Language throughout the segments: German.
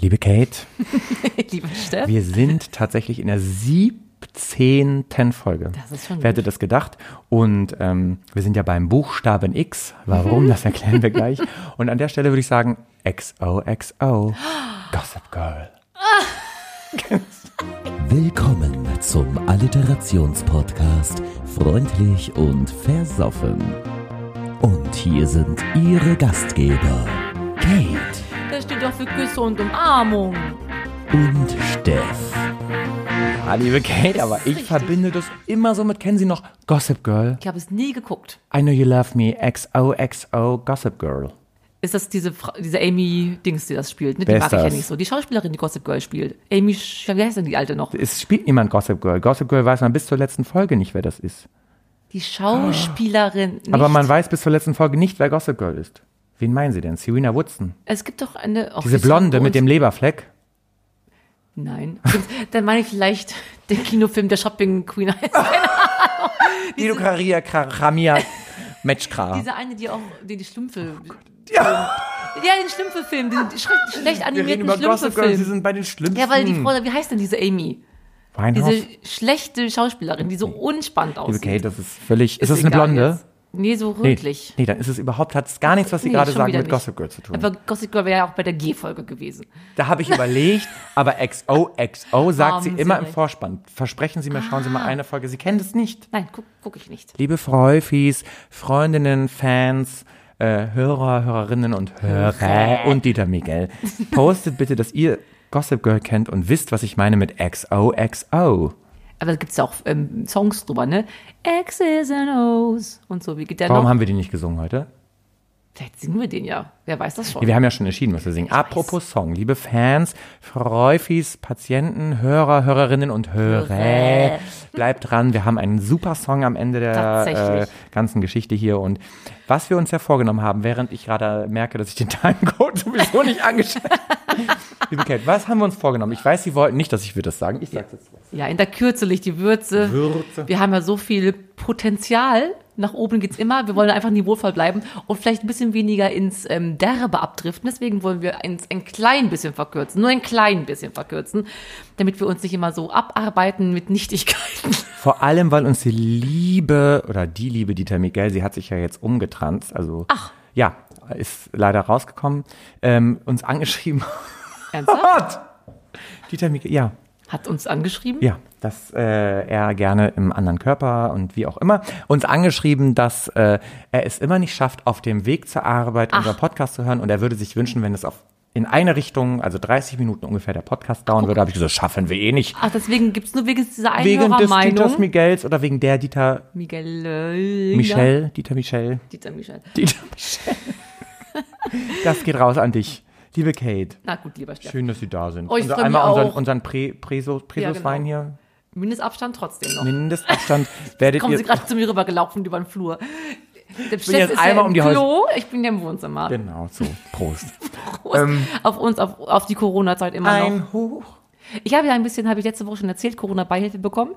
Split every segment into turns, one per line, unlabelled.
Liebe Kate,
Lieber Steff.
wir sind tatsächlich in der 17. Folge.
Das ist schon
Wer hätte das gedacht? Und ähm, wir sind ja beim Buchstaben X. Warum? Das erklären wir gleich. Und an der Stelle würde ich sagen, XOXO, Gossip Girl.
Willkommen zum Alliterationspodcast Freundlich und Versoffen. Und hier sind Ihre Gastgeber, Kate
Das steht doch für Küsse und Umarmung.
und Steff.
Ah, liebe Kate, aber ich
richtig.
verbinde das immer so mit, kennen Sie noch Gossip Girl?
Ich habe es nie geguckt.
I know you love me, XOXO, Gossip Girl.
Ist das diese, Fra diese Amy Dings, die das spielt? Ne? Die
Wer ist
mag ich ja
das?
nicht so. Die Schauspielerin, die Gossip Girl spielt. Amy, Sch wie heißt denn die alte noch?
Es spielt niemand Gossip Girl. Gossip Girl weiß man bis zur letzten Folge nicht, wer das ist.
Die Schauspielerin. Nicht.
Ah. Aber man weiß bis zur letzten Folge nicht, wer Gossip Girl ist. Wen meinen Sie denn? Serena Woodson?
Es gibt doch eine. oh,
Diese
Küsse
Blonde
und-
mit dem Leberfleck?
Nein. Stimmt. Dann meine ich vielleicht den Kinofilm der Shopping Queen heißt.
Ilukaria Kramia Metschkra.
Diese eine, die auch den die
Oh
Schlümpfe. ja. ja, den Schlümpfe-Film. Den schlecht, schlecht animierten Schlümpfe-Film.
sind bei den Schlimmsten.
Ja, weil die Frau, wie heißt denn diese Amy?
Winehouse?
Diese schlechte Schauspielerin,
Hm.
die so unspannend aussieht.
Okay, das ist völlig... Ist, das eine
egal
Blonde?
jetzt. Nee, so
Nee,
rötlich.
nee, dann ist es überhaupt... Hat es gar nichts, was Sie
Nee,
gerade
schon
sagen,
wieder
mit
nicht.
Gossip Girl zu tun.
Aber Gossip Girl wäre ja auch bei der G-Folge gewesen.
Da habe ich überlegt, aber XOXO sagt
Haben
sie
Sie Ah.
immer im
recht.
Vorspann. Versprechen Sie mir, schauen Sie mal eine Folge. Sie kennen das nicht.
Nein, gucke guck ich nicht.
Liebe Freufis, Freundinnen, Fans, äh, Hörer, Hörerinnen und Hörer und Dieter Miguel, postet bitte, dass ihr Gossip Girl kennt und wisst, was ich meine mit XOXO.
Aber da gibt es ja auch ähm, Songs drüber, ne? X's and O's und so. Wie geht der
Warum
noch?
haben wir die nicht gesungen heute?
Vielleicht singen wir den ja. Wer weiß das schon.
Wir haben ja schon entschieden, was wir singen. Apropos Song, liebe Fans, Freufis, Patienten, Hörer, Hörerinnen und Hörer,
Hörer.
bleibt dran. Wir haben einen super Song am Ende der äh,
Tatsächlich.
ganzen Geschichte hier. Und was wir uns ja vorgenommen haben, während ich gerade merke, dass ich den Timecode sowieso nicht angeschaut habe. Liebe Kate, was haben wir uns vorgenommen? Ich weiß, Sie wollten nicht, dass ich wir das sagen. Ich sag's jetzt.
ja, in der Kürze liegt die Würze.
Würze.
Wir haben ja so viel Potenzial. Nach oben geht's immer. Wir wollen einfach niveauvoll bleiben und vielleicht ein bisschen weniger ins ähm, Derbe abdriften. Deswegen wollen wir ins, ein klein bisschen verkürzen. Nur ein klein bisschen verkürzen. Damit wir uns nicht immer so abarbeiten mit Nichtigkeiten.
Vor allem, weil uns die Liebe oder die Liebe Dieter Miguel, sie hat sich ja jetzt umgetranzt, also
Ach.
ja, ist leider rausgekommen, ähm, uns angeschrieben
Ernsthaft?
Gott! Dieter Miguel, ja,
Hat uns angeschrieben?
ja, dass äh, er gerne im anderen Körper und wie auch immer uns angeschrieben, dass äh, er es immer nicht schafft, auf dem Weg zur Arbeit unseren Podcast zu hören und er würde sich wünschen, wenn es auf in eine Richtung, also 30 Minuten ungefähr der Podcast dauern würde, habe ich gesagt, schaffen wir eh nicht.
Ach, deswegen gibt's nur wegen dieser
Wegen des Dieters
Einhörermeinung.
Miguels oder wegen der Dieter
Miguel. Löhler.
Michel, Dieter Michel,
Dieter Michel.
Dieter Michel. Das geht raus an dich, liebe Kate.
Na gut, lieber Steffen.
Schön, dass Sie da sind.
Oh, ich
Unser-
freu mich
einmal unseren,
auch. genau.
unseren Prä, Preso, Presuswein hier
Mindestabstand trotzdem noch.
Mindestabstand werdet
Kommen
ihr.
Sie gerade zu mir rübergelaufen über den Flur. Der Chef
jetzt einmal
im
um die Häus-
Klo, ich bin ja im Wohnzimmer.
Genau, so. Prost.
Prost.
ähm,
auf uns, auf, auf die Corona-Zeit immer noch.
Hoch.
Ich habe ja ein bisschen, habe ich letzte Woche schon erzählt, Corona-Beihilfe bekommen.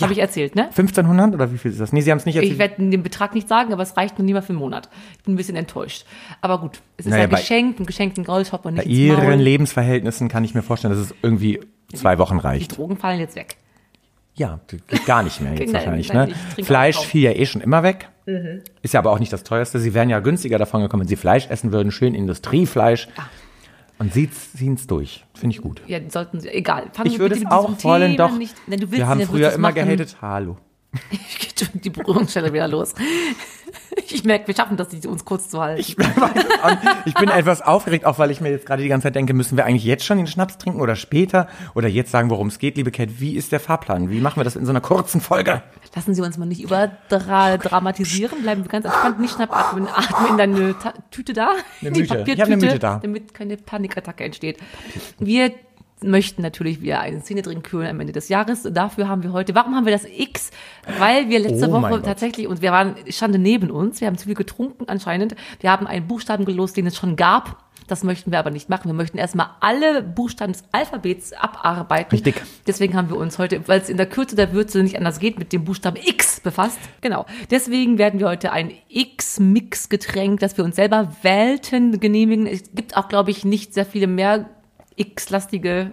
Habe ich erzählt, ne?
1500 oder wie viel ist das? Nee, Sie haben es nicht
Ich
erzählt.
werde den Betrag nicht sagen, aber es reicht nur nie mal für einen Monat. Ich bin ein bisschen enttäuscht. Aber gut, es ist
Naja,
ja
bei-
geschenkt und geschenkt ein Gold, schaut man nicht
Bei
ins
Ihren
Maul.
Lebensverhältnissen kann ich mir vorstellen, dass es irgendwie zwei Wochen
Die
reicht.
Drogen fallen jetzt weg.
Ja, geht gar nicht mehr jetzt
Kinder,
wahrscheinlich.
nein,
Ne?
ich trinke auch Mhm.
Fleisch
kaum.
fiel ja eh schon immer weg. Ist ja aber auch nicht das teuerste. Sie wären ja günstiger davon gekommen, wenn Sie Fleisch essen würden. Schön Industriefleisch.
Ah.
Und sie ziehen es durch. Finde ich gut.
Ja, die sollten sie, egal. Fangen
Ich
Sie
würde
bitte
es
mit
auch
diesem
wollen,
Thema
doch.
Nicht, nein, du willst
Wir haben
nicht, du
früher
willst es
immer
machen.
gehatet. Hallo.
Geht schon die Berührungsstelle wieder los. Ich merke, wir schaffen das nicht, uns kurz zu halten.
Ich weiß es auch nicht. Ich bin etwas aufgeregt, auch weil ich mir jetzt gerade die ganze Zeit denke, müssen wir eigentlich jetzt schon den Schnaps trinken oder später oder jetzt sagen, worum es geht, liebe Kat. Wie ist der Fahrplan? Wie machen wir das in so einer kurzen Folge?
Lassen Sie uns mal nicht überdramatisieren. Bleiben wir ganz entspannt. Nicht schnappatmen. Atmen in deine Ta Tüte da.
Eine
die
Müte. Ich hab eine
Papiertüte.
Müte da.
Damit keine Panikattacke entsteht. Wir möchten natürlich wieder eine Szene drin kühlen am Ende des Jahres. Dafür haben wir heute, warum haben wir das X? Weil wir letzte
Oh mein
Woche
Gott.
tatsächlich, und wir waren Schande neben uns, wir haben zu viel getrunken anscheinend. Wir haben einen Buchstaben gelost, den es schon gab. Das möchten wir aber nicht machen. Wir möchten erstmal alle Buchstaben des Alphabets abarbeiten.
Richtig.
Deswegen haben wir uns heute, weil es in der Kürze der Würze nicht anders geht, mit dem Buchstaben X befasst. Genau. Deswegen werden wir heute ein X-Mix-Getränk, das wir uns selber wählten, genehmigen. Es gibt auch, glaube ich, nicht sehr viele mehr x-lastige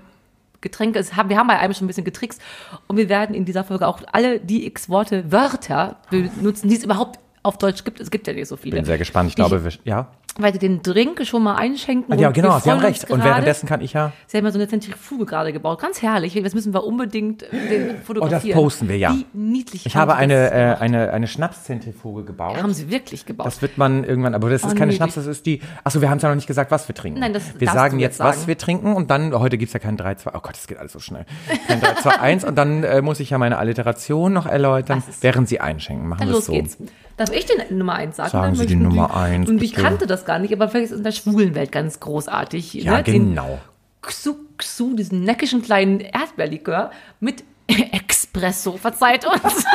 Getränke. Es haben, wir haben bei einem schon ein bisschen getrickst und wir werden in dieser Folge auch alle die x-Worte Wörter benutzen, die es überhaupt auf Deutsch gibt. Es gibt ja nicht so viele.
Bin sehr gespannt. Ich glaube, wir, ja.
Weil die den Drink schon mal einschenken.
Ah, Ja,
und
genau,
wir
Sie haben
freuen uns
recht. Und
gerade.
währenddessen kann ich ja.
Sie haben ja so eine Zentrifuge gerade gebaut. Ganz herrlich. Das müssen wir unbedingt äh, den fotografieren.
Oh, posten wir, ja.
Wie niedlich.
Ich
haben
habe
Sie
eine,
das
äh,
gemacht?
eine, eine Schnapszentrifuge gebaut.
Haben Sie wirklich gebaut?
Das wird man irgendwann, aber das ist
Oh,
keine
nee,
Schnaps, das ist die. Achso, wir haben es ja noch nicht gesagt, was wir trinken.
Nein, das
wir
darfst
sagen
du
jetzt,
jetzt
was
sagen.
wir trinken und dann, heute gibt's ja kein 3, 2, oh Gott, das geht alles so schnell. Kein 3, 2, 1 und dann äh, muss ich ja meine Alliteration noch erläutern,
Das ist-
während Sie einschenken. Machen
Dann
wir es
los
so.
geht's. Darf ich den Nummer eins sagen?
Sagen
Dann
Sie die
möchten
Nummer eins,
Und ich
bitte.
kannte das gar nicht, aber vielleicht ist es in der schwulen Welt ganz großartig.
Ja,
ne?
genau.
Den Xu Xu, diesen neckischen kleinen Erdbeerlikör mit Espresso. Verzeiht uns.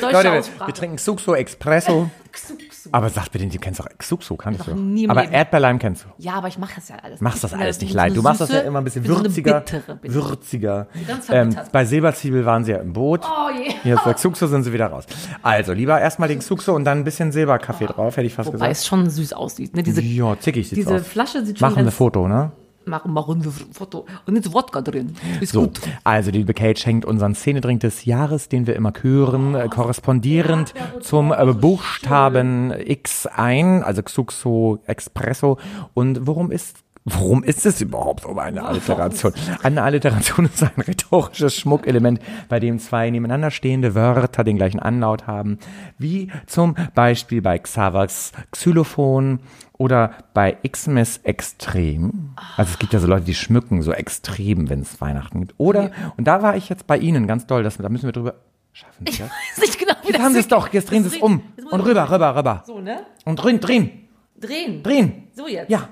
Deutsche
Leute, wir,
Aussprache.
wir trinken Xuxo Espresso.
Xu Xu.
Aber sag bitte, du kennst doch Xuxo, kannst du
Noch
doch.
nie im
Aber
Leben.
Erdbeerleim kennst du.
Ja, aber ich mache das ja alles.
Machst
Ich
das
bin ja
alles nicht
so
leid.
eine
Du machst das ja
süße,
immer ein bisschen
bin so eine
würziger.
bittere, bittere.
Würziger.
Ganz
Ähm,
verbittert.
bei Silberzwiebel waren sie ja im Boot.
Oh je.
Jetzt bei Xuxo sind sie wieder raus. Also, lieber erstmal den Xuxo und dann ein bisschen Silberkaffee drauf, hätte ich fast
Ah, Wobei
gesagt.
es schon süß aussieht. Ne? Diese,
Ja, zickig sieht's
diese
aus.
Flasche sieht schon
Machen wir ein
ganz-
Foto, ne?
Machen, machen wir ein Foto. Und jetzt Wodka drin. Ist
So,
gut.
also die liebe Kate schenkt unseren Szenedrink des Jahres, den wir immer hören, äh, korrespondierend zum äh, Buchstaben X ein, also Xuxo Espresso. Und worum ist Worum ist es überhaupt um eine Alliteration? Eine Alliteration ist ein rhetorisches Schmuckelement, bei dem zwei nebeneinander stehende Wörter den gleichen Anlaut haben, wie zum Beispiel bei Xavax Xylophon oder bei Xmas Extrem. Also es gibt ja so Leute, die schmücken so extrem, wenn es Weihnachten gibt. Oder, und da war ich jetzt bei Ihnen, ganz doll, das, da müssen wir drüber schaffen. Sie das?
Ist nicht genau wie
Jetzt haben Sie es doch, jetzt drehen Sie es um.
Jetzt muss
Und
ich-
rüber, rüber, rüber.
So, ne?
Und drehen, drehen,
Drehen.
drehen.
So jetzt.
Ja.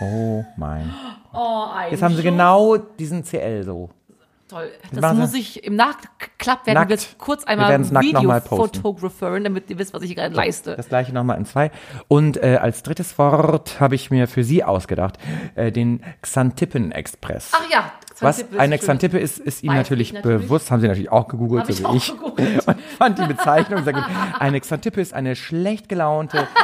Oh mein.
Oh, ein
Jetzt haben sie
Schuss.
genau diesen CL so.
Toll. Das
Wahnsinn.
muss ich im Nachklapp werden wir
Nackt.
jetzt kurz
Wir
einmal
werden's nackt noch mal posten.
Videofotografern, damit ihr wisst, was ich gerade leiste.
Das gleiche nochmal in zwei. Und äh, als drittes Wort habe ich mir für Sie ausgedacht, äh, den Xantippen-Express.
Ach ja,
Was
Xantippe ist
eine
schön.
Xantippe ist, ist Ihnen
Weiß
natürlich,
ich natürlich.
bewusst, haben Sie natürlich auch gegoogelt,
Hab ich
so wie
auch
ich.
gegoogelt.
Und fand die Bezeichnung sehr gut. Eine Xantippe ist eine schlecht gelaunte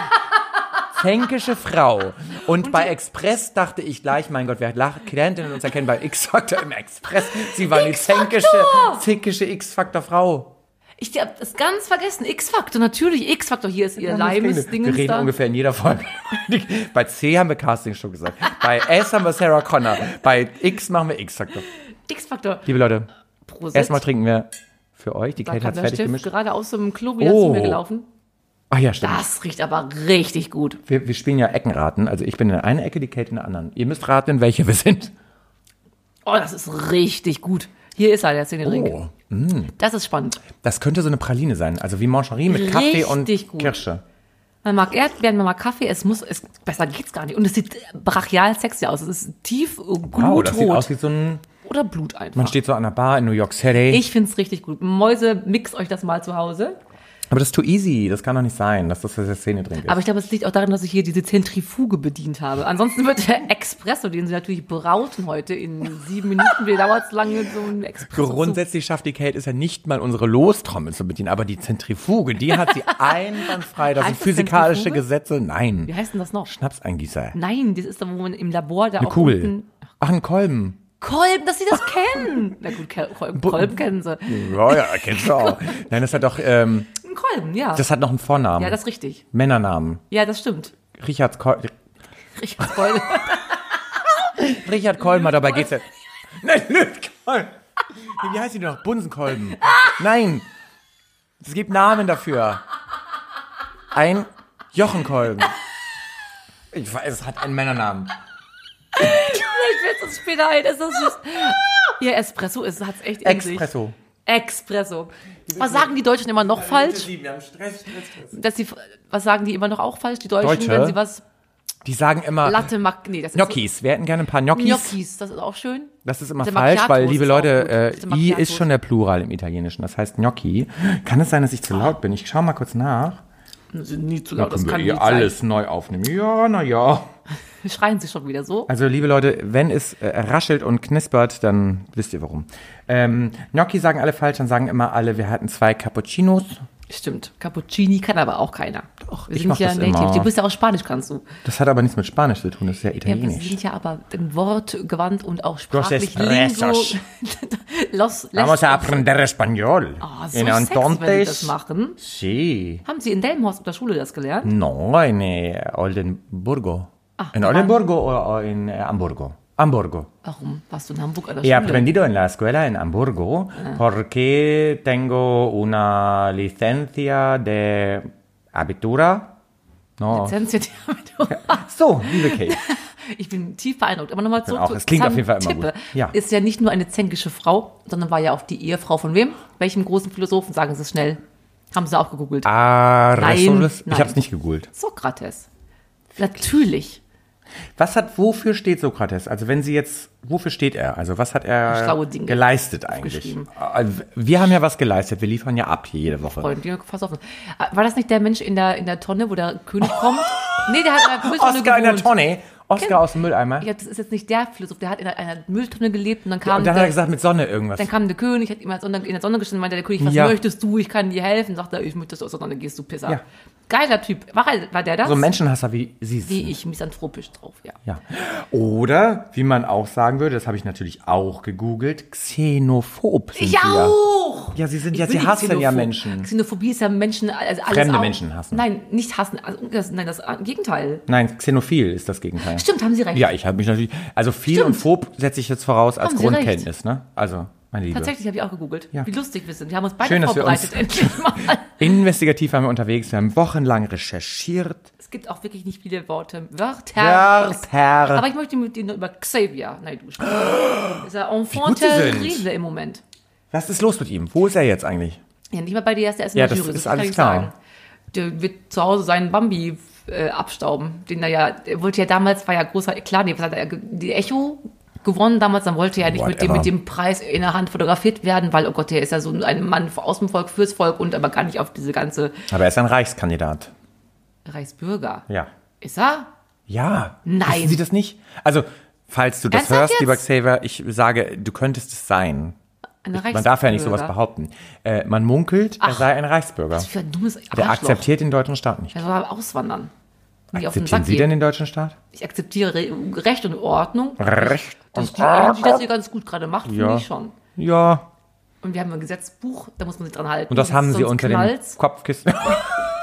zänkische Frau. Und, bei Express dachte ich gleich, mein Gott, wer lacht, Klientinnen uns erkennen bei X-Faktor im Express. Sie war die zänkische, zänkische X-Faktor-Frau.
Ich hab das ganz vergessen. X-Faktor, natürlich. X-Faktor, hier ist ihr leimes Ding.
Wir reden ungefähr in jeder Folge. Bei C haben wir Casting schon gesagt. Bei S haben wir Sarah Connor. Bei X machen wir X-Faktor.
X-Faktor.
Liebe Leute,
Prosit.
erstmal trinken wir für euch. Die
Da
Kate
kam
hat's
der
fertig
Stift
gemischt.
gerade aus dem Klo wieder
Oh.
zu mir gelaufen.
Ach ja, stimmt.
Das riecht aber richtig gut.
Wir, wir spielen ja Eckenraten. Also ich bin in einer Ecke, die Kate in der anderen. Ihr müsst raten, in welche wir sind.
Oh, das ist richtig gut. Hier ist er, der Szenenring.
Oh,
Das ist spannend.
das könnte so eine Praline sein. Also wie Mancherie mit Kaffee und
Richtig gut.
Kirsche.
Man mag Erdbeeren, man mag Kaffee, es muss, es, besser geht's gar nicht. Und es sieht brachial sexy aus. Es ist tief äh,
Wow, das sieht aus
glutrot
wie so ein...
oder Blut einfach.
Man steht so an einer Bar in New York City.
ich find's richtig gut. Mäuse, mixt euch das mal zu Hause.
Aber das ist too easy. Das kann doch nicht sein, dass das der Szene drin ist.
Aber ich glaube, es liegt auch daran, dass ich hier diese Zentrifuge bedient habe. Ansonsten wird der Espresso, den sie natürlich brauten heute in sieben Minuten, wie dauert's lange, so ein Espresso.
Grundsätzlich schafft die Kate es ja nicht mal, unsere Lostrommel zu bedienen, aber die Zentrifuge, die hat sie einwandfrei. Das sind
Heißt das
physikalische
Zentrifuge?
Gesetze. Nein.
Wie heißt denn das noch?
Schnapseingießer.
Nein, das ist da, wo man im Labor da
Eine
auch
Kugel.
unten-
Ach, ein Kolben.
Kolben, dass sie das kennen. Na gut, Ke- Kolben, Kolben kennen sie. Ein
Ja, ja, kennst du auch. Nein, das hat doch, ähm,
Kolben, ja.
das hat noch einen Vornamen.
ja, das ist richtig.
Männernamen.
Ja, das stimmt.
Richard, Kol
Richtig Kolben.
Richard Kolben hat dabei geht's ja. Nein, Lötkolben. Nee, wie heißt die noch? Bunsenkolben. Nein. Es gibt Namen dafür. Ein Jochenkolben. Ich weiß, es hat einen Männernamen.
Ich werde es später ein. Ist das süß? Ihr Espresso ist, hat's echt in sich.
Expresso.
Espresso. Was sagen die Äh, Deutschen immer noch falsch? Dass sie, was sagen die immer noch auch falsch? Die Deutschen,
Deutsche?
wenn sie was
Die sagen immer
Latte mag. Nee, das ist
Gnocchis. Wir hätten gerne ein paar
So,
Gnocchis.
Gnocchis, das ist auch schön.
Das ist immer
Der
falsch, weil,
Macchiatos
liebe
ist
Leute,
auch gut.
äh,
Der
I
Macchiatos.
ist schon der Plural im Italienischen. Das heißt Gnocchi. Kann es sein, dass ich zu laut bin? Ich schau mal kurz nach.
Das sind nie zu laut, das
Können
kann
wir ihr
nicht
alles neu aufnehmen? Ja, na ja.
sein. Schreien sie schon wieder so.
Also, liebe Leute, wenn es äh, raschelt und knispert, dann wisst ihr warum. Ähm, Gnocchi sagen alle falsch, dann sagen immer alle, wir hatten zwei Cappuccinos.
Stimmt. Cappuccini kann aber auch keiner. Doch, wir
Ich
sind
mach
ja
das
Native.
immer.
Du bist ja auch Spanisch, kannst du.
Das hat aber nichts mit Spanisch zu tun, das ist ja
Ja, wir
italienisch.
sind ja aber im Wort gewandt und auch
Los
sprachlich
espressos.
Los,
Vamos a
Lesbos.
aprender español.
Ah, so sexy, wenn die das machen.
Sí.
Haben Sie in Delmhorst auf der Schule das gelernt?
No, in eh, Oldenburgo.
Ah,
in Oldenburgo o, o in eh, E Hamburgo. Hamburgo.
Warum warst du in Hamburg an der
He
Schule?
aprendido en la escuela en Hamburgo
Ah.
porque tengo una licencia de abitura. No.
Lizenz-
So, liebe Kate.
Ich bin tief beeindruckt. Aber nochmal zurück
auch. Es klingt auf jeden Fall immer
Tippe.
gut. Ja.
Ist ja nicht nur eine zänkische Frau, sondern war ja auch die Ehefrau von wem? Welchem großen Philosophen? Sagen Sie es schnell. Haben Sie auch gegoogelt.
Ah. Aristoteles.
nein.
Ich hab's nicht gegoogelt.
Sokrates. Natürlich.
Was hat, wofür steht Sokrates? Also wenn Sie jetzt, wofür steht er? Also was hat er
Schlaue Dinge
geleistet eigentlich?
aufgeschrieben.
Äh, Wir haben ja was geleistet, wir liefern ja ab hier jede Woche.
Freund, Jörg, pass auf. Ah, War das nicht der Mensch in der, in der Tonne, wo der König kommt? Nee, der hat in der Mülltonne
Oscar in der
gewohnt.
Tonne,
Genau.
Oscar aus dem Mülleimer.
Ja, das ist jetzt nicht der Philosoph, der hat in einer Mülltonne gelebt und dann kam
Und dann hat
der,
er gesagt, mit Sonne irgendwas.
dann kam der König, hat ihm als Sonne- in der Sonne gestanden, meinte der König, was
Ja.
möchtest du, ich kann dir helfen, sagt er, ich möchte, dass du aus der Sonne gehst, du Pisser.
Ja.
Geiler Typ. War, er- war der das?
So ein Menschenhasser wie Sie sind.
Wie ich, misanthropisch drauf, ja.
Ja. Oder, wie man auch sagen würde, das habe ich natürlich auch gegoogelt, xenophob sind
Ich
wir.
auch!
Ja, sie sind
Ich
ja,
bin
sie
nicht
hassen ja
xenophob.
Menschen.
Xenophobie ist ja Menschen, also alles
Fremde
auch-
Menschen hassen.
Nein, nicht hassen, also, das, nein, das Gegenteil.
Nein, xenophil ist das Gegenteil.
Stimmt, haben Sie recht.
Ja, ich habe mich natürlich, also viel
Stimmt.
und phob setze ich jetzt voraus als
Haben Sie
Grundkenntnis, ne? Also, meine Liebe.
Tatsächlich habe ich auch gegoogelt.
Ja.
Wie lustig wir sind. Wir haben uns beide
Schön, dass wir
vorbereitet,
uns-
endlich mal.
Investigativ waren wir unterwegs, wir haben wochenlang recherchiert.
Es gibt auch wirklich nicht viele Worte. Wörter.
Wörter.
Aber ich möchte mit dir nur über Xavier. Nein, du sprichst. ist er
gut
enfant
Sie sind.
terrible im Moment.
Was ist los mit ihm? Wo ist er jetzt eigentlich?
Ja, nicht mal bei dir erst der ersten
Ja, das ist
kann
alles
ich
klar.
sagen. Der wird zu Hause seinen Bambi äh, abstauben, den er ja, er wollte ja damals, war ja großer, klar, nee, was hat er, ge- die Echo gewonnen damals, dann wollte er ja nicht mit dem,
Whatever.
mit dem Preis in der Hand fotografiert werden, weil, oh Gott, der ist ja so ein Mann aus dem Volk, fürs Volk und aber gar nicht auf diese ganze
Aber er ist ein Reichskandidat.
Reichsbürger.
Ja.
Ist er?
Ja.
Nein.
Wissen Sie das nicht? Also, falls du das
Ernsthaft
hörst,
jetzt?
lieber Xavier, ich sage, du könntest es sein.
Ein
Man darf ja nicht sowas
Reichsbürger.
behaupten. Äh, man munkelt, er
Ach.
sei ein Reichsbürger.
Was für ein dummes
Der
Arschloch.
akzeptiert den deutschen Staat nicht.
Er soll aber auswandern. Und die auf den
Akzeptieren
Sack
Sie
gehen.
denn den deutschen Staat?
Ich akzeptiere Re Recht und Ordnung.
Recht
Dass
und
die Ordnung, die das hier
Ordnung.
ganz gut gerade macht,
Ja.
finde ich schon.
Ja.
Und wir haben ein Gesetzbuch, da muss man sich dran halten.
Und das haben Sie unter dem
Hm, knallt's.
Kopfkissen.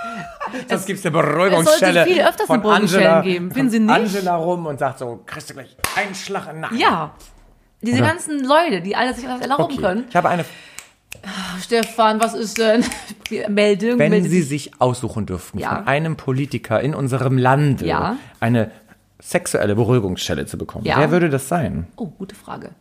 Sonst gibt es eine
Es sollte
Beruhigungsstelle
viel öfters
von
eine Bogenstellen
Angela,
geben.
von
Finden Sie nicht?
Angela rum und sagt so, kriegst du gleich einen Schlag in den Nacken.
Ja. Diese
Oder?
ganzen Leute, die alle sich was erlauben
Okay.
können.
Ich habe eine
Ach, Stefan, was ist denn? Meldung,
Wenn
meldet
Sie
sich-
sich aussuchen dürften,
Ja.
von einem Politiker in unserem Lande
Ja.
eine sexuelle Beruhigungsstelle zu bekommen,
Ja.
wer würde das sein?
Oh, gute Frage.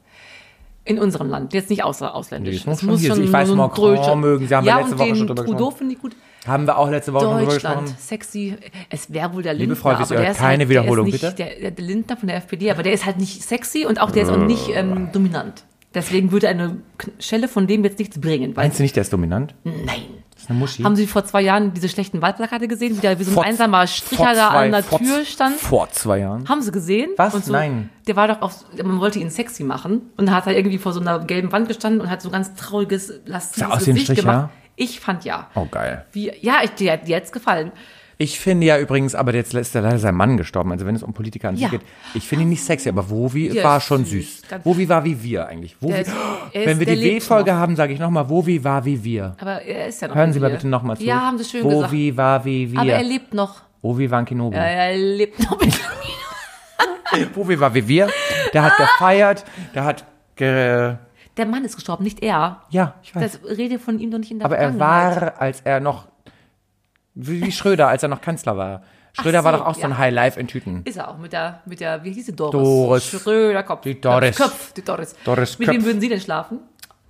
In unserem Land, jetzt nicht außer ausländisch.
Nee, das muss schon hier sein. Ich weiß,
so ein
Macron
Größe-
mögen Sie, haben wir
ja,
letzte
und
Woche
den
schon drüber
Trudeau
gesprochen.
finde ich gut.
Haben wir auch letzte Woche noch drüber
Deutschland,
gesprochen.
sexy. Es wäre wohl der
Liebe
Lindner.
Frau Wies,
aber der
ihr
ist
keine
halt,
Wiederholung,
der ist nicht,
bitte?
Der, der Lindner von der FPD, aber der ist halt nicht sexy und auch der ist auch nicht
Äh.
ähm, dominant. Deswegen würde eine K- Schelle von dem jetzt nichts bringen, weil
Meinst du nicht, der ist dominant?
nein.
Das ist eine Muschi.
Haben Sie vor zwei Jahren diese schlechten Wahlplakate gesehen, wie da wie so ein
Vor-
einsamer Stricher da an der
vor,
Tür stand?
Vor zwei Jahren.
Haben Sie gesehen?
Was?
so,
Nein.
Der war doch auf, man wollte ihn sexy machen und hat da irgendwie vor so einer gelben Wand gestanden und hat so ein ganz trauriges,
Sah aus
lastiges
wie ein
Gesicht
Stricher?
gemacht. Ich fand ja.
Oh, geil.
Wie, ja, ich, dir hat die jetzt gefallen.
Ich finde ja übrigens, aber jetzt ist ja leider sein Mann gestorben. Also wenn es um Politiker an sich
Ja.
geht, ich finde ihn nicht sexy, aber Wovi
Der
war
ist
schon
süß,
süß.
ganz-
Wovi war wie wir eigentlich. Wovi,
Der ist- er ist-
wenn wir
der
die
lebt
W-Folge haben, sage ich nochmal, Wovi war wie wir.
Aber er ist ja noch
Hören
mit
Sie mal
ihr.
bitte nochmal zu.
Ja, haben Sie schön gesagt.
Wovi war wie wir.
Aber er lebt noch. Äh,
Wovi war ein Kenobi.
Er lebt noch mit.
Wovi war wie wir. Der hat gefeiert, der hat ge
Der Mann ist gestorben, nicht er.
ja, ich weiß.
Das rede von ihm doch nicht in der
aber er
Vergangenheit.
war, als er noch wie wie Schröder, als er noch Kanzler war. Schröder war
so,
doch auch so
ja.
ein High Life in Tüten.
Ist er auch mit der, mit der, wie hieß sie, Doris?
Doris.
Schröderkopf.
Die Doris.
Köpf, die Doris.
Doris
Mit
Köpf. Äh,
wem würden Sie denn schlafen?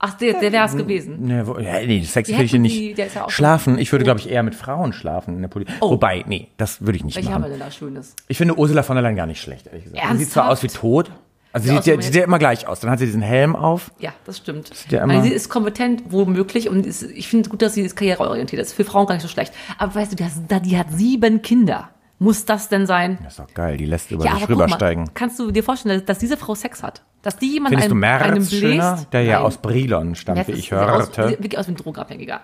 Ach, der, der wäre es gewesen.
Nee, Ne, wo, ja, nee, sexy
Die
will ich hier
hätten
nicht.
die- der ist ja auch-
schlafen, ich würde, glaube ich, eher mit Frauen schlafen in der Politik.
Oh.
Wobei, nee, das würde ich nicht
Welche haben wir
machen.
denn da Schönes?
Ich finde Ursula von der Leyen gar nicht schlecht, ehrlich gesagt. Sie sieht zwar
Ernsthaft?
aus wie tot, also
Ja,
sie
aus
sieht ja,
dem-
sieht ja immer gleich aus. Dann hat sie diesen Helm auf.
Ja, das stimmt.
ja immer-
Weil sie ist kompetent, womöglich. Und ist, ich finde es gut, dass sie das karriereorientiert ist. Für Frauen gar nicht so schlecht. Aber weißt du, die, hat- die hat sieben Kinder. Muss das denn sein?
Das ist doch geil, die lässt über
Ja,
sich
aber guck
rübersteigen.
mal, kannst du dir vorstellen, dass, dass diese Frau Sex hat? Dass die jemand
Findest du
einem, einem
Merz
bläst?
schöner? Der ja
Nein.
aus Brilon stammt,
Merz
wie
ist
ich
aus,
hörte.
wirklich aus dem Drogenabhängiger.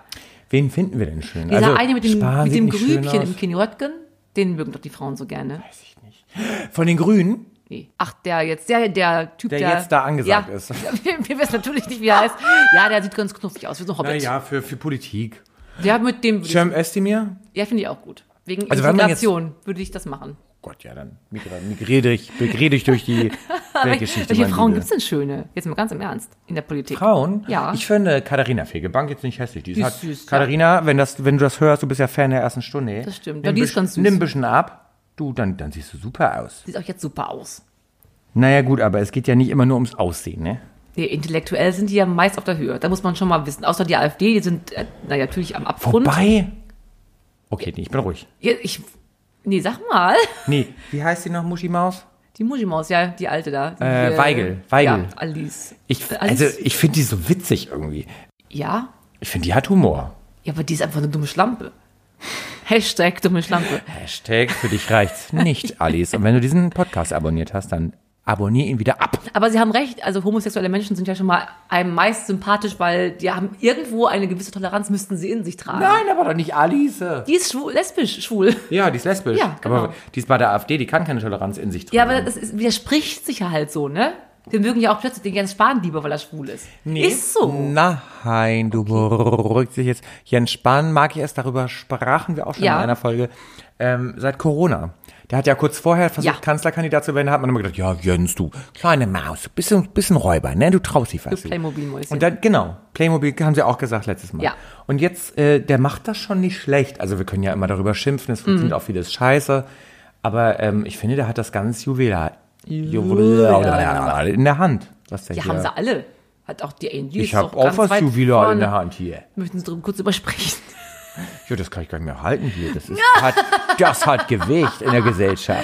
Wen finden wir denn schön?
Dieser eine mit dem,
Spahn
mit
sieht
dem
nicht schön
Grübchen
aus.
im Kinjotgen, den mögen doch die Frauen so gerne.
Weiß ich nicht. Von den Grünen?
Nee. Ach, der jetzt, der, der Typ,
Der
der,
jetzt da angesagt
ja,
ist.
Wir, wir wissen natürlich nicht, wie er heißt. Ja, der sieht ganz knuffig aus, wie so ein Hobbit.
Naja, für, für Politik.
Der mit dem,
Cem Özdemir?
ja, finde ich auch gut. Wegen
Also wenn man jetzt-
Integration würde ich das machen.
Gott, ja, dann migriere migriere ich, migriere ich durch die Weltgeschichte.
Welche
meine
Frauen
Liebe.
gibt es denn schöne? Jetzt mal ganz im Ernst, in der Politik.
Frauen?
Ja.
Ich finde Katharina Fegebank jetzt nicht hässlich. Die, ist
ist
halt,
süß, ja.
Katharina, wenn, das, wenn du das hörst, du bist ja Fan der ersten Stunde.
Das stimmt.
Nimm
Ja, die ist
bisch-
ganz süß.
Nimm ein bisschen ab. Du, dann, dann siehst du super aus.
Sieht auch jetzt super aus.
Naja, gut, aber es geht ja nicht immer nur ums Aussehen, ne?
Nee, intellektuell sind die ja meist auf der Höhe. Da muss man schon mal wissen. Außer die AfD, die sind, äh, naja, natürlich am Abgrund.
Wobei. Okay, nee, ich bin ruhig.
Ja, ich, nee, sag mal.
Nee, wie heißt die noch, Muschi Maus?
Die Muschimaus, ja, die alte da. Die,
Äh, Weigel, Weigel.
Ja, Alice.
Ich,
Alice?
also, ich finde die so witzig irgendwie.
Ja,
Ich finde, die hat Humor.
ja, aber die ist einfach eine dumme Schlampe. Hashtag dumme Schlampe.
Hashtag für dich reicht's nicht, Alice. Und wenn du diesen Podcast abonniert hast, dann abonnier ihn wieder ab.
Aber sie haben recht, also homosexuelle Menschen sind ja schon mal einem meist sympathisch, weil die haben irgendwo eine gewisse Toleranz, müssten sie in sich tragen.
aber doch nicht Alice.
Die ist schwul, lesbisch, schwul.
Ja, die ist lesbisch.
Ja, genau.
Aber die ist bei der AfD, die kann keine Toleranz in sich tragen.
Ja, aber das ist, widerspricht sich ja halt so, ne? Wir mögen ja auch plötzlich den Jens Spahn lieber, weil er schwul ist. Ist so.
Nein, du beruhigst dich jetzt. Jens Spahn mag ich es, darüber sprachen wir auch schon
Ja.
in einer Folge, ähm, seit Corona. Der hat ja kurz vorher versucht,
Ja.
Kanzlerkandidat zu werden, da hat man immer gedacht, ja, Jens, du kleine Maus, bisschen, bisschen Räuber, ne, du traust dich fast.
Du
nicht.
Playmobil-Mäuschen.
Und dann, genau, Playmobil haben sie auch gesagt letztes Mal.
Ja.
Und jetzt, äh, der macht das schon nicht schlecht. Also wir können ja immer darüber schimpfen, es funktioniert
Mhm.
auch vieles scheiße. Aber ähm, ich finde, der hat das ganz Juwel Juwel- in der Hand. Was der
Ja,
hier
haben sie alle. Hat auch die Angie.
ich habe auch was Jubilar in der Hand hier.
Möchten Sie darüber kurz übersprechen?
Ja, das kann ich gar nicht mehr halten hier. Das, ist, hat, das hat Gewicht in der Gesellschaft.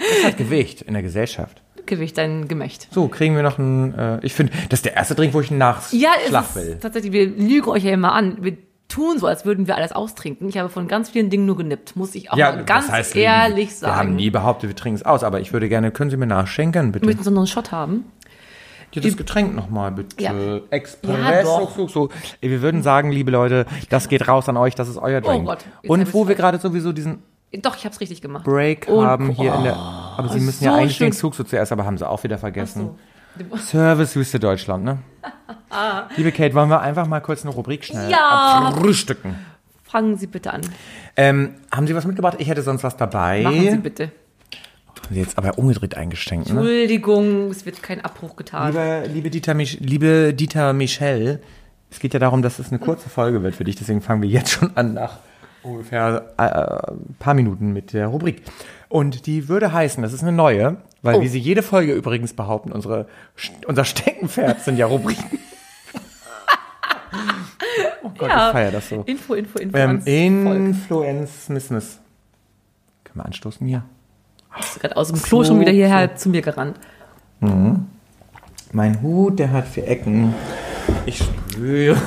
Das hat Gewicht in der Gesellschaft.
Gewicht, dein Gemächt.
So, kriegen wir noch einen. Äh, ich finde, das ist der erste Drink, wo ich einen Nachschlag
Ja, es
will.
ist tatsächlich, wir lügen euch ja immer an. Wir tun so, als würden wir alles austrinken. Ich habe von ganz vielen Dingen nur genippt, muss ich auch mal ganz
was heißt,
ehrlich
wir,
sagen.
Wir haben nie behauptet, wir trinken es aus, aber ich würde gerne, können Sie mir nachschenken, bitte?
Möchten Sie noch einen Shot haben?
Hier das Getränk nochmal, bitte.
Ja. Ja,
Express.
doch.
so, so, so. Wir würden sagen, liebe Leute, das geht raus an euch, das ist euer Drink.
Oh Gott, jetzt hab
Und
ich's
wo wir
falsch.
gerade sowieso diesen
Doch, ich habe es richtig gemacht.
Break
Und- oh,
haben hier in der. Aber sie müssen ja
so
eigentlich den
schön.
Zug so zuerst, aber haben sie auch wieder vergessen.
So. Ah.
Servicewüste Deutschland, ne? Liebe Kate, wollen wir einfach mal kurz eine Rubrik schnell
Ja.
abfrühstücken?
Fangen Sie bitte an.
Ähm, haben Sie was mitgebracht? Ich hätte sonst was dabei.
Machen Sie bitte.
Ne? Haben Sie jetzt aber umgedreht eingeschenkt, ne?
Entschuldigung, es wird kein Abbruch getan.
Liebe, liebe, Dieter Mich liebe Dieter Michel, es geht ja darum, dass es eine kurze Folge wird für dich, deswegen fangen wir jetzt schon an nach ungefähr äh, ein paar Minuten mit der Rubrik. Und die würde heißen, das ist eine neue, weil
Oh.
wie sie jede Folge übrigens behaupten, unsere, unser Steckenpferd sind ja Rubriken. oh Gott, ich feiere das so.
Info, Info, Info.
Ähm,
ans Volk.
Influencenismus. Können wir anstoßen hier?
Ist gerade aus dem Klo schon wieder hierher zu mir gerannt.
Mein Hut, der hat vier Ecken. Ich schwöre.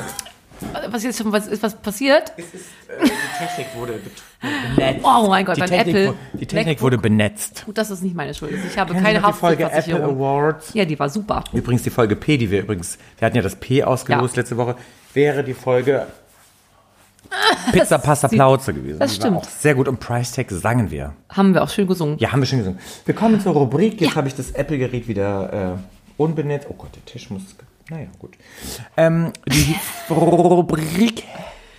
Was ist jetzt schon, was ist was passiert?
Es ist, äh, die Technik wurde benetzt.
Oh mein Gott,
die
mein
Technik,
Apple.
wu- die Technik wurde benetzt.
Gut, dass das nicht meine Schuld ist. Ich habe
Kennen Sie
keine
noch die Folge Apple
Haftpflichtversicherung.
Awards.
Ja, die war super.
Übrigens die Folge P, die wir übrigens, wir hatten ja das P ausgelost
Ja.
letzte Woche, wäre die Folge Pizza Pasta Plauze gewesen.
das
Die war
stimmt.
Auch sehr gut und Price Tag sangen wir.
Haben wir auch schön gesungen.
Ja, haben wir schon gesungen. Wir kommen zur Rubrik. Jetzt habe ich das Apple-Gerät wieder äh, unbenetzt. Oh Gott, der Tisch muss. ge- Naja, gut. Ähm, die Rubrik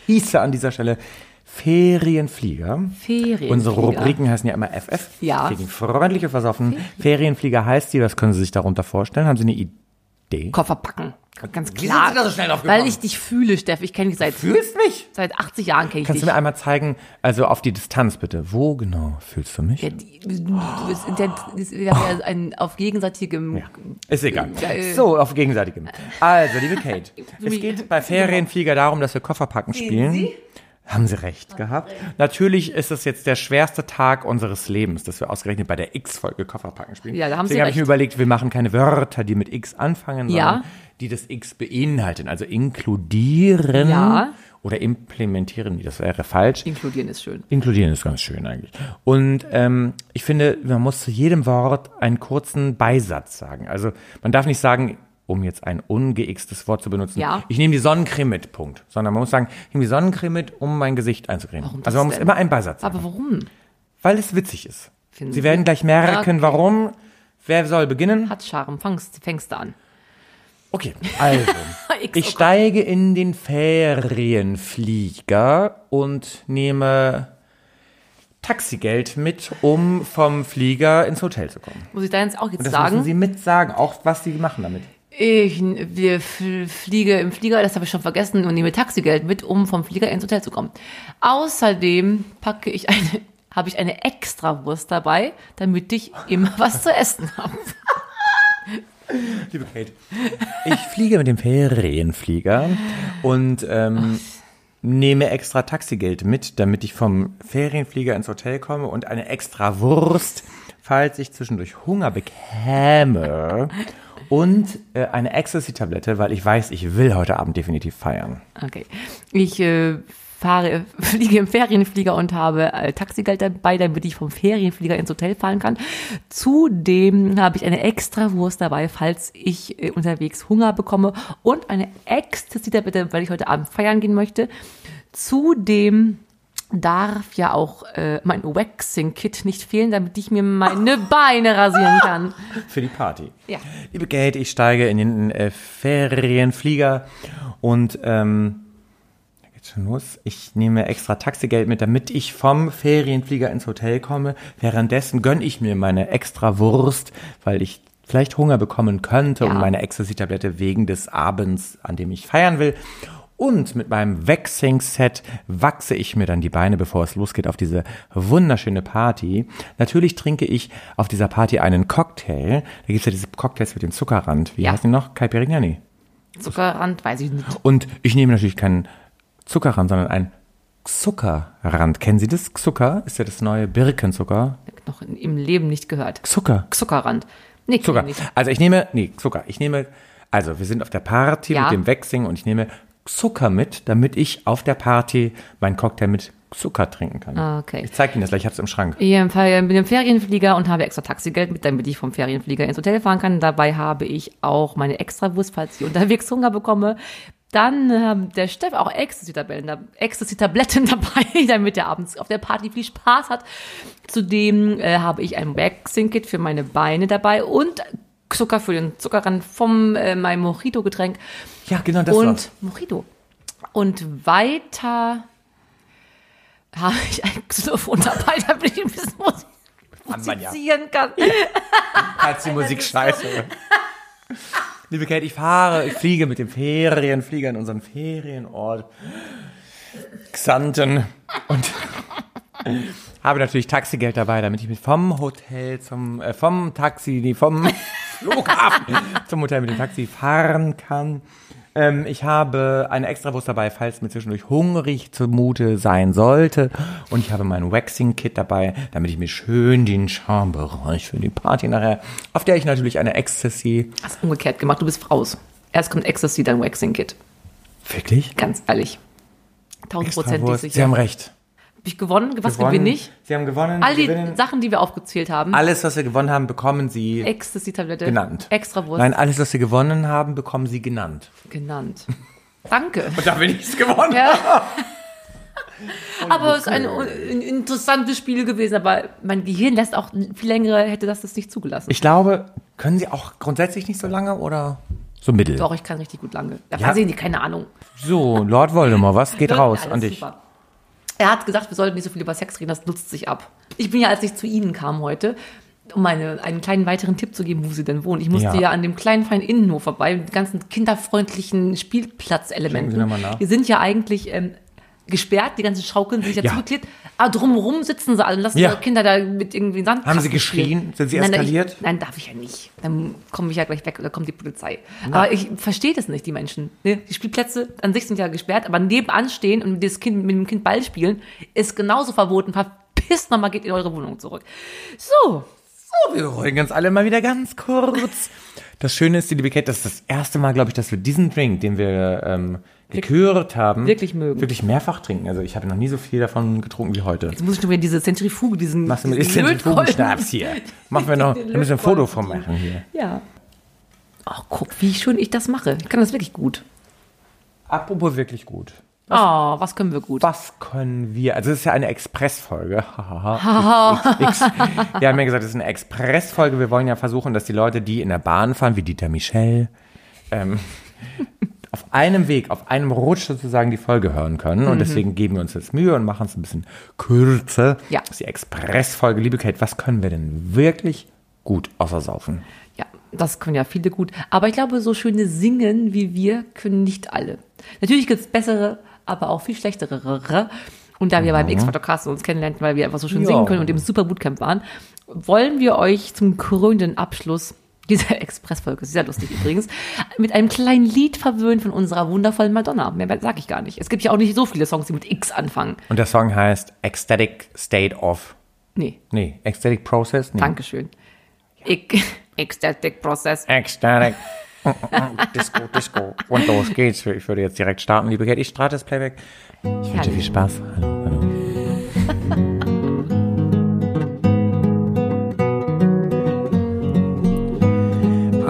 hieße an dieser Stelle Ferienflieger.
Ferienflieger.
Unsere Rubriken heißen ja immer FF.
Ja.
Gegen freundliche Versoffen. Ferienflieger heißt sie. Was können Sie sich darunter vorstellen? Haben Sie eine Idee?
Koffer packen. Ganz
Wie
klar.
sind Sie da so schnell drauf gekommen?
Weil ich dich fühle, Steff. Ich kenne dich seit,
Fühlst mich?
seit 80 Jahren. Kenn ich
Kannst du
dich.
mir einmal zeigen, also auf die Distanz bitte. Wo genau fühlst du mich?
ja, die, du bist, der, das ist ja ein, auf gegenseitigem.
Oh. Ja, ist egal.
Geil.
So, auf gegenseitigem. Also, liebe Kate, es
Wie-
geht bei Ferienflieger darum, dass wir Kofferpacken spielen.
Sie?
Haben Sie recht gehabt. Natürlich ist es jetzt der schwerste Tag unseres Lebens, dass wir ausgerechnet bei der X-Folge Kofferpacken spielen.
Ja, da haben Sie
Deswegen habe ich
recht.
mir überlegt, wir machen keine Wörter, die mit X anfangen,
Ja.
sondern die das X beinhalten. Also inkludieren
Ja.
oder implementieren. Das wäre falsch.
Inkludieren ist schön.
Inkludieren ist ganz schön eigentlich. Und ähm, ich finde, man muss zu jedem Wort einen kurzen Beisatz sagen. Also man darf nicht sagen, um jetzt ein ungeixtes Wort zu benutzen.
Ja.
Ich nehme die Sonnencreme mit, Punkt. Sondern man muss sagen, ich nehme die Sonnencreme mit, um mein Gesicht einzucremen.
Warum das
also man muss
denn?
immer einen Beisatz sagen,
Aber warum?
weil es witzig ist.
Finden
Sie
Sie?
werden gleich merken,
Okay.
warum. Wer soll beginnen?
Hat Charme. Fangst, fängst du an.
Okay, also.
X, oh
ich steige in den Ferienflieger und nehme Taxigeld mit, um vom Flieger ins Hotel zu kommen.
Muss ich da jetzt auch jetzt
Das
sagen?
müssen Sie mit sagen, auch was Sie machen damit.
Ich wir f- fliege im Flieger, das habe ich schon vergessen, und nehme Taxigeld mit, um vom Flieger ins Hotel zu kommen. Außerdem packe ich eine, habe ich eine extra Wurst dabei, damit ich immer was zu essen habe.
Liebe Kate. Ich fliege mit dem Ferienflieger und ähm, nehme extra Taxigeld mit, damit ich vom Ferienflieger ins Hotel komme und eine extra Wurst, falls ich zwischendurch Hunger bekäme. Und äh, eine Ecstasy-Tablette, weil ich weiß, ich will heute Abend definitiv feiern.
Okay. Ich äh, fahre, fliege im Ferienflieger und habe äh, Taxigeld dabei, damit ich vom Ferienflieger ins Hotel fahren kann. Zudem habe ich eine extra Wurst dabei, falls ich äh, unterwegs Hunger bekomme und eine Ecstasy-Tablette, weil ich heute Abend feiern gehen möchte. Zudem darf ja auch äh, mein Waxing-Kit nicht fehlen, damit ich mir meine Beine rasieren kann.
Für die Party.
Ja.
Liebe Kate, ich steige in den äh, Ferienflieger und ähm, da geht's schon los. Ich nehme extra Taxigeld mit, damit ich vom Ferienflieger ins Hotel komme. Währenddessen gönne ich mir meine extra Wurst, weil ich vielleicht Hunger bekommen könnte und
Ja.
meine Ecstasy-Tablette wegen des Abends, an dem ich feiern will. Und mit meinem Waxing-Set wachse ich mir dann die Beine, bevor es losgeht auf diese wunderschöne Party. Natürlich trinke ich auf dieser Party einen Cocktail. Da gibt es ja diese Cocktails mit dem Zuckerrand. Wie
Ja.
heißen die noch? Caipirinha? Nee.
Zuckerrand weiß ich nicht.
Und ich nehme natürlich keinen Zuckerrand, sondern einen Zuckerrand. Kennen Sie das? Zucker ist ja das neue Birkenzucker.
Noch in- im Leben nicht gehört.
Zucker.
Zuckerrand. Nee, kenn ich
Zucker.
nicht.
Also ich nehme, nee, Zucker. Ich nehme, also wir sind auf der Party
Ja.
mit dem Waxing und ich nehme Zucker mit, damit ich auf der Party meinen Cocktail mit Zucker trinken kann.
Ah, okay.
Ich zeige Ihnen das gleich, ich habe es im Schrank.
Ich bin im Ferienflieger und habe extra Taxigeld mit, damit ich vom Ferienflieger ins Hotel fahren kann. Dabei habe ich auch meine extra Wurst, falls ich unterwegs Hunger bekomme. Dann ähm, der Steff auch Ecstasy-Tabletten da- Ecstasy-Tabletten dabei, damit er abends auf der Party viel Spaß hat. Zudem äh, habe ich ein Waxing-Kit für meine Beine dabei und Zucker für den Zuckerrand vom äh, meinem Mojito-Getränk
Ja, genau das
und
war's.
Mojito. Und weiter habe ich ein Xylophon dabei, damit ich ein bisschen Musik
Kann man ja.
musizieren kann.
Falls die Musik scheiße wird. Liebe Kate, ich fahre, ich fliege mit dem Ferienflieger in unseren Ferienort Xanten und habe natürlich Taxigeld dabei, damit ich mich vom Hotel zum, äh, vom Taxi, nee, vom Flughafen zum Hotel mit dem Taxi fahren kann. Ähm, ich habe eine Extrawurst dabei, falls mir zwischendurch hungrig zumute sein sollte. Und ich habe mein Waxing-Kit dabei, damit ich mir schön den Schambereich für die Party nachher, auf der ich natürlich eine Ecstasy.
Hast umgekehrt gemacht, du bist Fraus. Erst kommt Ecstasy, dann Waxing Kit.
Wirklich?
Ganz ehrlich. Tausendprozentig
Extrawurst. Sie haben
sicher.
recht.
Hab ich gewonnen? Was
Gewonnen.
gewinne ich?
Sie haben gewonnen.
All
Sie
die
gewinnen.
Sachen, die wir aufgezählt haben.
Alles, was wir gewonnen haben, bekommen Sie
Ecstasy-Tablette.
genannt.
Extra Wurst.
Nein, alles, was wir gewonnen haben, bekommen Sie genannt.
Genannt. Danke.
Und da bin ich es gewonnen.
Ja. aber es ist ein, ein interessantes Spiel gewesen, aber mein Gehirn lässt auch viel längere, hätte das das nicht zugelassen.
Ich glaube, können Sie auch grundsätzlich nicht so lange oder so mittel?
Doch, ich kann richtig gut lange. Da
Ja.
ja. sehen die keine Ahnung.
So, Lord Voldemort, was geht raus
Alles
an dich?
super. Er hat gesagt, wir sollten nicht so viel über Sex reden, das nutzt sich ab. Ich bin ja, als ich zu Ihnen kam heute, um eine, einen kleinen weiteren Tipp zu geben, wo Sie denn wohnen. Ich musste
Ja.
ja, an dem kleinen feinen Innenhof vorbei, mit den ganzen kinderfreundlichen
Checken Sie
Spielplatzelementen.
noch mal nach.
Die sind ja eigentlich ähm, gesperrt, die ganzen Schaukeln sind ja,
Ja.
zugeklebt. Aber drumherum sitzen sie alle und lassen
Ja.
ihre Kinder da mit irgendwie Sand.
Haben Sie geschrien? Sind Sie eskaliert?
Nein, darf ich ja nicht. Dann komme ich ja gleich weg oder kommt die Polizei. Aber ich verstehe das nicht, die Menschen. Ne? Die Spielplätze an sich sind ja gesperrt, aber nebenan stehen und das kind, mit dem Kind Ball spielen ist genauso verboten. Verpisst nochmal, geht in eure Wohnung zurück. So,
So, wir rollen ganz alle mal wieder ganz kurz. Das Schöne ist, die liebe Kate, das ist das erste Mal, glaube ich, dass wir diesen Drink, den wir ähm, gekürt haben,
wirklich mögen.
wirklich mehrfach trinken. Also ich habe noch nie so viel davon getrunken wie heute.
jetzt muss ich schon wieder diese Zentrifuge, diesen,
Machst du mit
diesen
den
Lötkolben-
Schnaps hier? Machen wir noch,
Den
wir müssen ein Foto
Lötkolben
von machen hier.
Ja,
Ach, guck, wie schön ich das mache. Ich kann das wirklich gut.
Apropos wirklich gut.
Oh, was können wir gut?
Was können wir? Also es ist ja eine Expressfolge. Hahaha. X, X, X. Wir haben ja gesagt, es ist eine Expressfolge. Wir wollen ja versuchen, dass die Leute, die in der Bahn fahren, wie Dieter Michel, ähm, auf einem Weg, auf einem Rutsch sozusagen die Folge hören können. Und deswegen geben wir uns jetzt Mühe und machen es ein bisschen kürzer.
Ja.
Das ist die Expressfolge. Liebe Kate, was können wir denn wirklich gut außer saufen?
Ja, das können ja viele gut. Aber ich glaube, so schöne Singen wie wir können nicht alle. Natürlich gibt's bessere, aber auch viel schlechtere. Und da wir beim X-Factor Cast uns kennenlernten, weil wir einfach so schön
Ja.
singen können und im Super Bootcamp waren, wollen wir euch zum krönenden Abschluss dieser Expressfolge, sehr lustig übrigens, mit einem kleinen Lied verwöhnen von unserer wundervollen Madonna. Mehr sag ich gar nicht. Es gibt ja auch nicht so viele Songs, die mit X anfangen.
Und der Song heißt Ecstatic State of.
Nee,
Nee, Ecstatic Process? Nee.
Dankeschön. Ich, Ecstatic Process.
Ecstatic. Mm, mm, mm, Disco, Disco. Und los geht's. Ich würde jetzt direkt starten, liebe Kate. Ich starte das Playback. Ich wünsche viel Spaß. Hallo, hallo.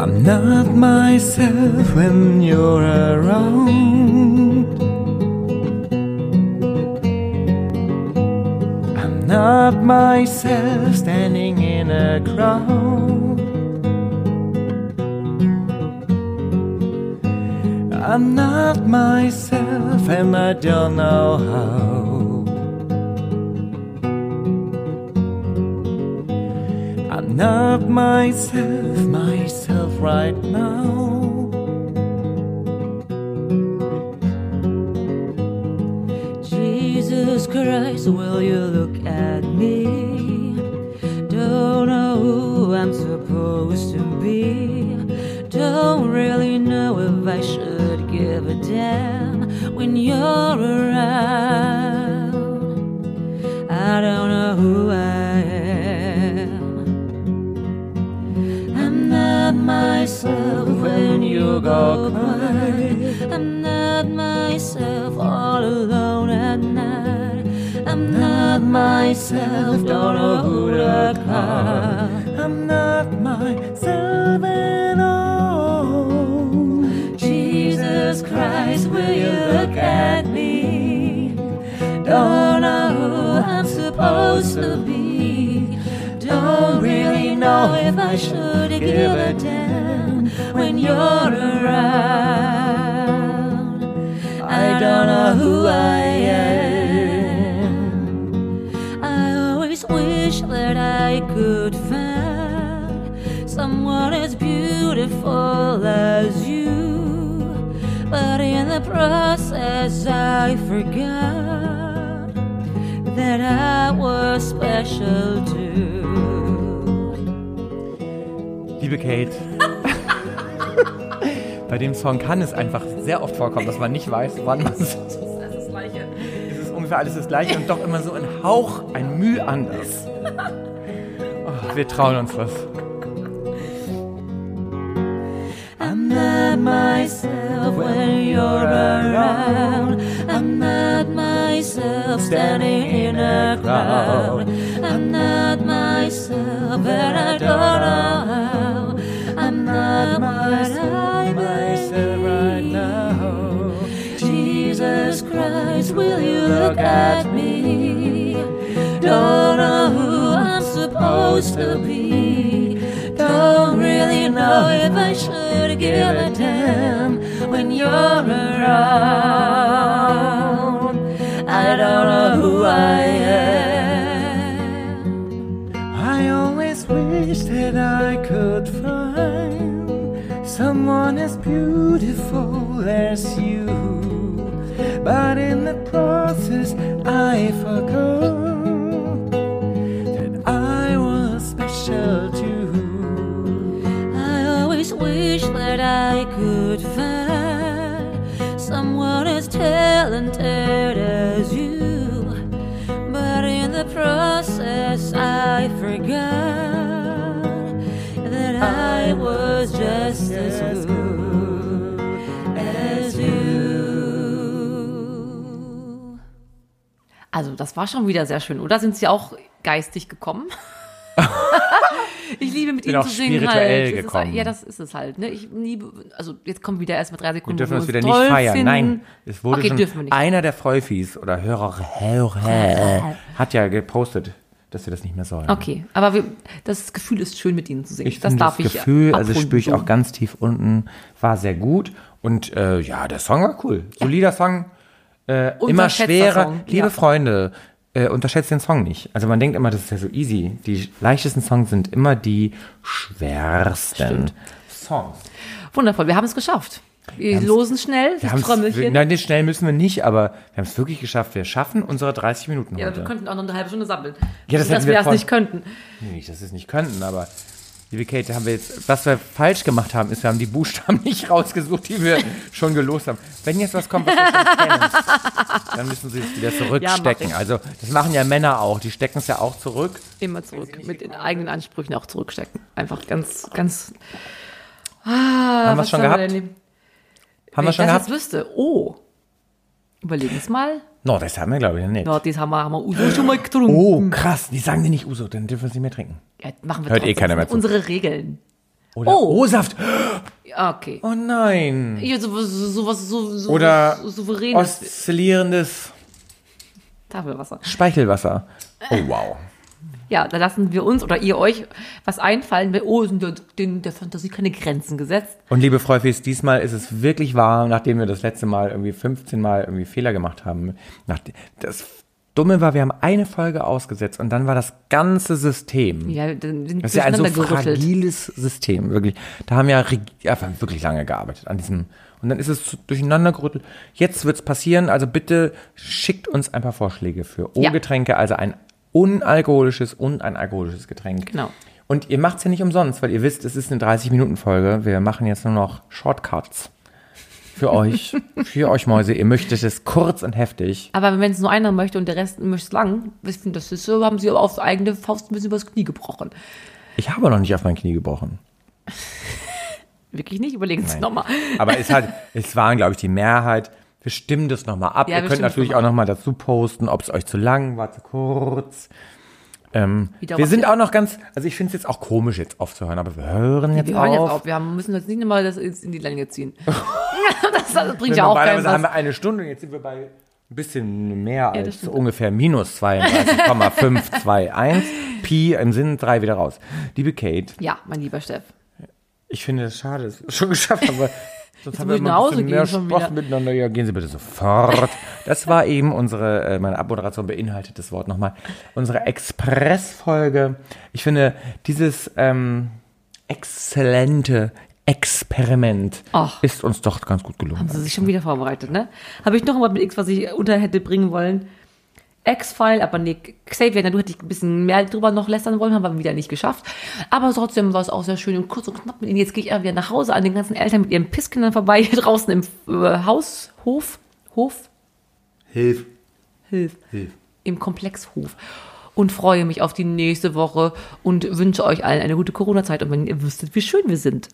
I'm not myself when you're around. I'm not myself standing in a crowd. I'm not myself and I don't know how. I'm not myself, myself right now.
Jesus Christ, will you look at me? Don't know who I'm supposed to be. Don't really know if I should give a damn when you're around. I don't know who I am. I'm not myself when you go quiet. I'm not myself all alone at night. I'm not myself, don't know who to call.
I'm not myself at all.
Jesus Christ, will you look at me? Don't know who I'm supposed to be. Don't really know if I should give a damn when you're around. I don't know who I am. I always wish that I could find someone as beautiful as you. But in the process, I forgot that I was special too.
Liebe Kate. Bei dem Song kann es einfach sehr oft vorkommen, dass man nicht weiß, wann man es. Das ist das Gleiche. Es ist ungefähr alles das Gleiche und doch immer so ein Hauch, ein Mühe anders. Oh, wir trauen uns was.
I'm not myself when you're around. I'm not myself standing in a crowd. I'm not myself and I don't know how. I'm not myself, myself right now. Jesus Christ, will you look at me? Don't know who I'm supposed to be. Don't really know if I should give a damn when you're around. I don't know who I am.
I always wish that I could find someone as beautiful as you. But in the process, I forgot that I was special too.
I always wish that I could find someone as talented as you. But in the process, I forgot that I was just as good as you.
Also, das war schon wieder sehr schön, oder? Sind Sie auch geistig gekommen?
Ich liebe mit
Bin
ihnen
auch
zu singen
spirituell
halt. Das
gekommen.
Ist, ja, das ist es halt. Ne? Ich liebe, also jetzt kommen wieder erst mal drei Sekunden.
Wir dürfen
wo
das
wir
wieder
es
nicht
toll
feiern. Nein,
finden.
es wurde
okay,
schon
dürfen wir nicht.
einer der Freufis oder Hörer, Hörer hat ja gepostet, dass wir das nicht mehr sollen.
Okay, aber wir, das Gefühl ist schön, mit ihnen zu singen.
Ich
das
finde
darf
das
ich
Gefühl, also
abrunden,
spüre ich
so.
auch ganz tief unten, war sehr gut. Und äh, ja, der Song war cool. Solider Song, äh, immer
Unterschätzter
schwerer.
Song,
Liebe
ja.
Freunde, äh, unterschätzt den Song nicht. Also man denkt immer, das ist ja so easy. Die leichtesten Songs sind immer die schwersten Songs.
Wundervoll, wir haben es geschafft. Wir
haben's-
losen schnell,
Wir
das
haben's- wir-
Trommelchen.
nein, nee, schnell müssen wir nicht, aber wir haben es wirklich geschafft. Wir schaffen unsere 30 Minuten
ja,
heute.
wir könnten auch noch eine halbe Stunde sammeln.
Ja, das hätten
dass
wir
wir das
voll-
nicht könnten.
Nee, nicht, dass wir es nicht könnten, aber liebe Kate, haben wir jetzt, was wir falsch gemacht haben, ist, wir haben die Buchstaben nicht rausgesucht, die wir schon gelost haben. Wenn jetzt was kommt, was wir schon kennen, dann müssen sie es wieder zurückstecken.
ich.
also das machen ja Männer auch, die stecken es ja auch zurück.
Immer zurück, mit den eigenen Ansprüchen auch zurückstecken. Einfach ganz, ganz. Ah,
Haben wir's
was
schon
haben
gehabt?
Wir denn?
Haben
Wenn
wir
ich
schon
das jetzt
gehabt?
wüsste, oh. Überlegen es mal.
No, das haben wir, glaube ich, nicht.
Ja, das haben wir, haben wir Udo schon mal getrunken.
Oh, krass, die sagen dir nicht Uso, dann dürfen wir es nicht mehr trinken.
Ja, machen wir
Hört eh
trotzdem.
keiner mehr
Das
zu.
sind Unsere Regeln.
Oder
Oh.
O-Saft.
Ja, okay.
Oh nein.
Hm. Ja, sowas, sowas, so, so,
Oder
so souveränes
oszillierendes
Tafelwasser.
Speichelwasser. Oh, wow.
Ja, da lassen wir uns oder ihr euch was einfallen. weil, Oh, sind der, den, der Fantasie keine Grenzen gesetzt.
Und liebe Freufis, diesmal ist es wirklich wahr, nachdem wir das letzte Mal irgendwie 15 Mal irgendwie Fehler gemacht haben. Nach, das Dumme war, wir haben eine Folge ausgesetzt und dann war das ganze System.
Ja, dann sind
Das ist ja ein so
durcheinandergerüttelt.
fragiles System, wirklich. Da haben ja, reg- ja wir haben wirklich lange gearbeitet an diesem. Und dann ist es durcheinander gerüttelt. Jetzt wird's passieren, also bitte schickt uns ein paar Vorschläge für
Ja.
O-Getränke, also ein unalkoholisches und ein alkoholisches Getränk.
Genau.
Und ihr macht's ja nicht umsonst, weil ihr wisst, es ist eine 30-Minuten-Folge. Wir machen jetzt nur noch Shortcuts für euch, für euch Mäuse. Ihr möchtet es kurz und heftig.
Aber wenn es nur einer möchte und der Rest möchte es lang, ich finde, das ist so, haben sie auf eigene Faust ein bisschen übers Knie gebrochen.
Ich habe noch nicht auf mein Knie gebrochen.
Wirklich nicht, überlegen Sie
Nein.
nochmal.
Aber halt, es hat, es waren, glaube ich, die Mehrheit. Wir stimmen das nochmal ab.
Ja,
Ihr
wir
könnt
stimmen
natürlich
das noch
auch nochmal dazu posten, ob es euch zu lang war, zu kurz. Ähm,
Wieder
wir
was-
sind auch noch ganz, also ich finde es jetzt auch komisch, jetzt aufzuhören, aber wir hören jetzt
Wir
auf.
hören jetzt auf, wir haben, müssen jetzt nicht nochmal das in die Länge ziehen. das, das bringt
Denn
ja auch keinen
normalerweise haben
was.
wir eine Stunde und jetzt sind wir bei ein bisschen mehr
das
als
stimmt.
ungefähr minus 32,521. Pi im Sinn drei wieder raus. Liebe Kate,
Ja, mein lieber Steff.
ich finde es schade, dass wir es schon geschafft haben, weil sonst haben wir
muss ich
immer
nach
ein
Hause
bisschen
gehen
mehr
schon
Spaß
wieder.
miteinander. Ja, gehen Sie bitte sofort. Das war eben unsere, äh, meine Abmoderation beinhaltet das Wort nochmal, unsere Expressfolge. Ich finde, dieses ähm, exzellente Experiment
Ach.
ist uns doch ganz gut gelungen.
Das ist schon wieder vorbereitet, ne? Habe ich noch mal mit X, was ich unter hätte bringen wollen? X-File, aber nee, Xavier, na, du hättest ein bisschen mehr drüber noch lästern wollen, haben wir wieder nicht geschafft. Aber trotzdem war es auch sehr schön und kurz und knapp mit ihnen. Jetzt gehe ich einfach wieder nach Hause an den ganzen Eltern mit ihren Pisskindern vorbei, hier draußen im äh, Haus, Hof, Hof,
Hilf.
Hilf, im Komplexhof. Und freue mich auf die nächste Woche und wünsche euch allen eine gute Corona-Zeit. Und wenn ihr wüsstet, wie schön wir sind.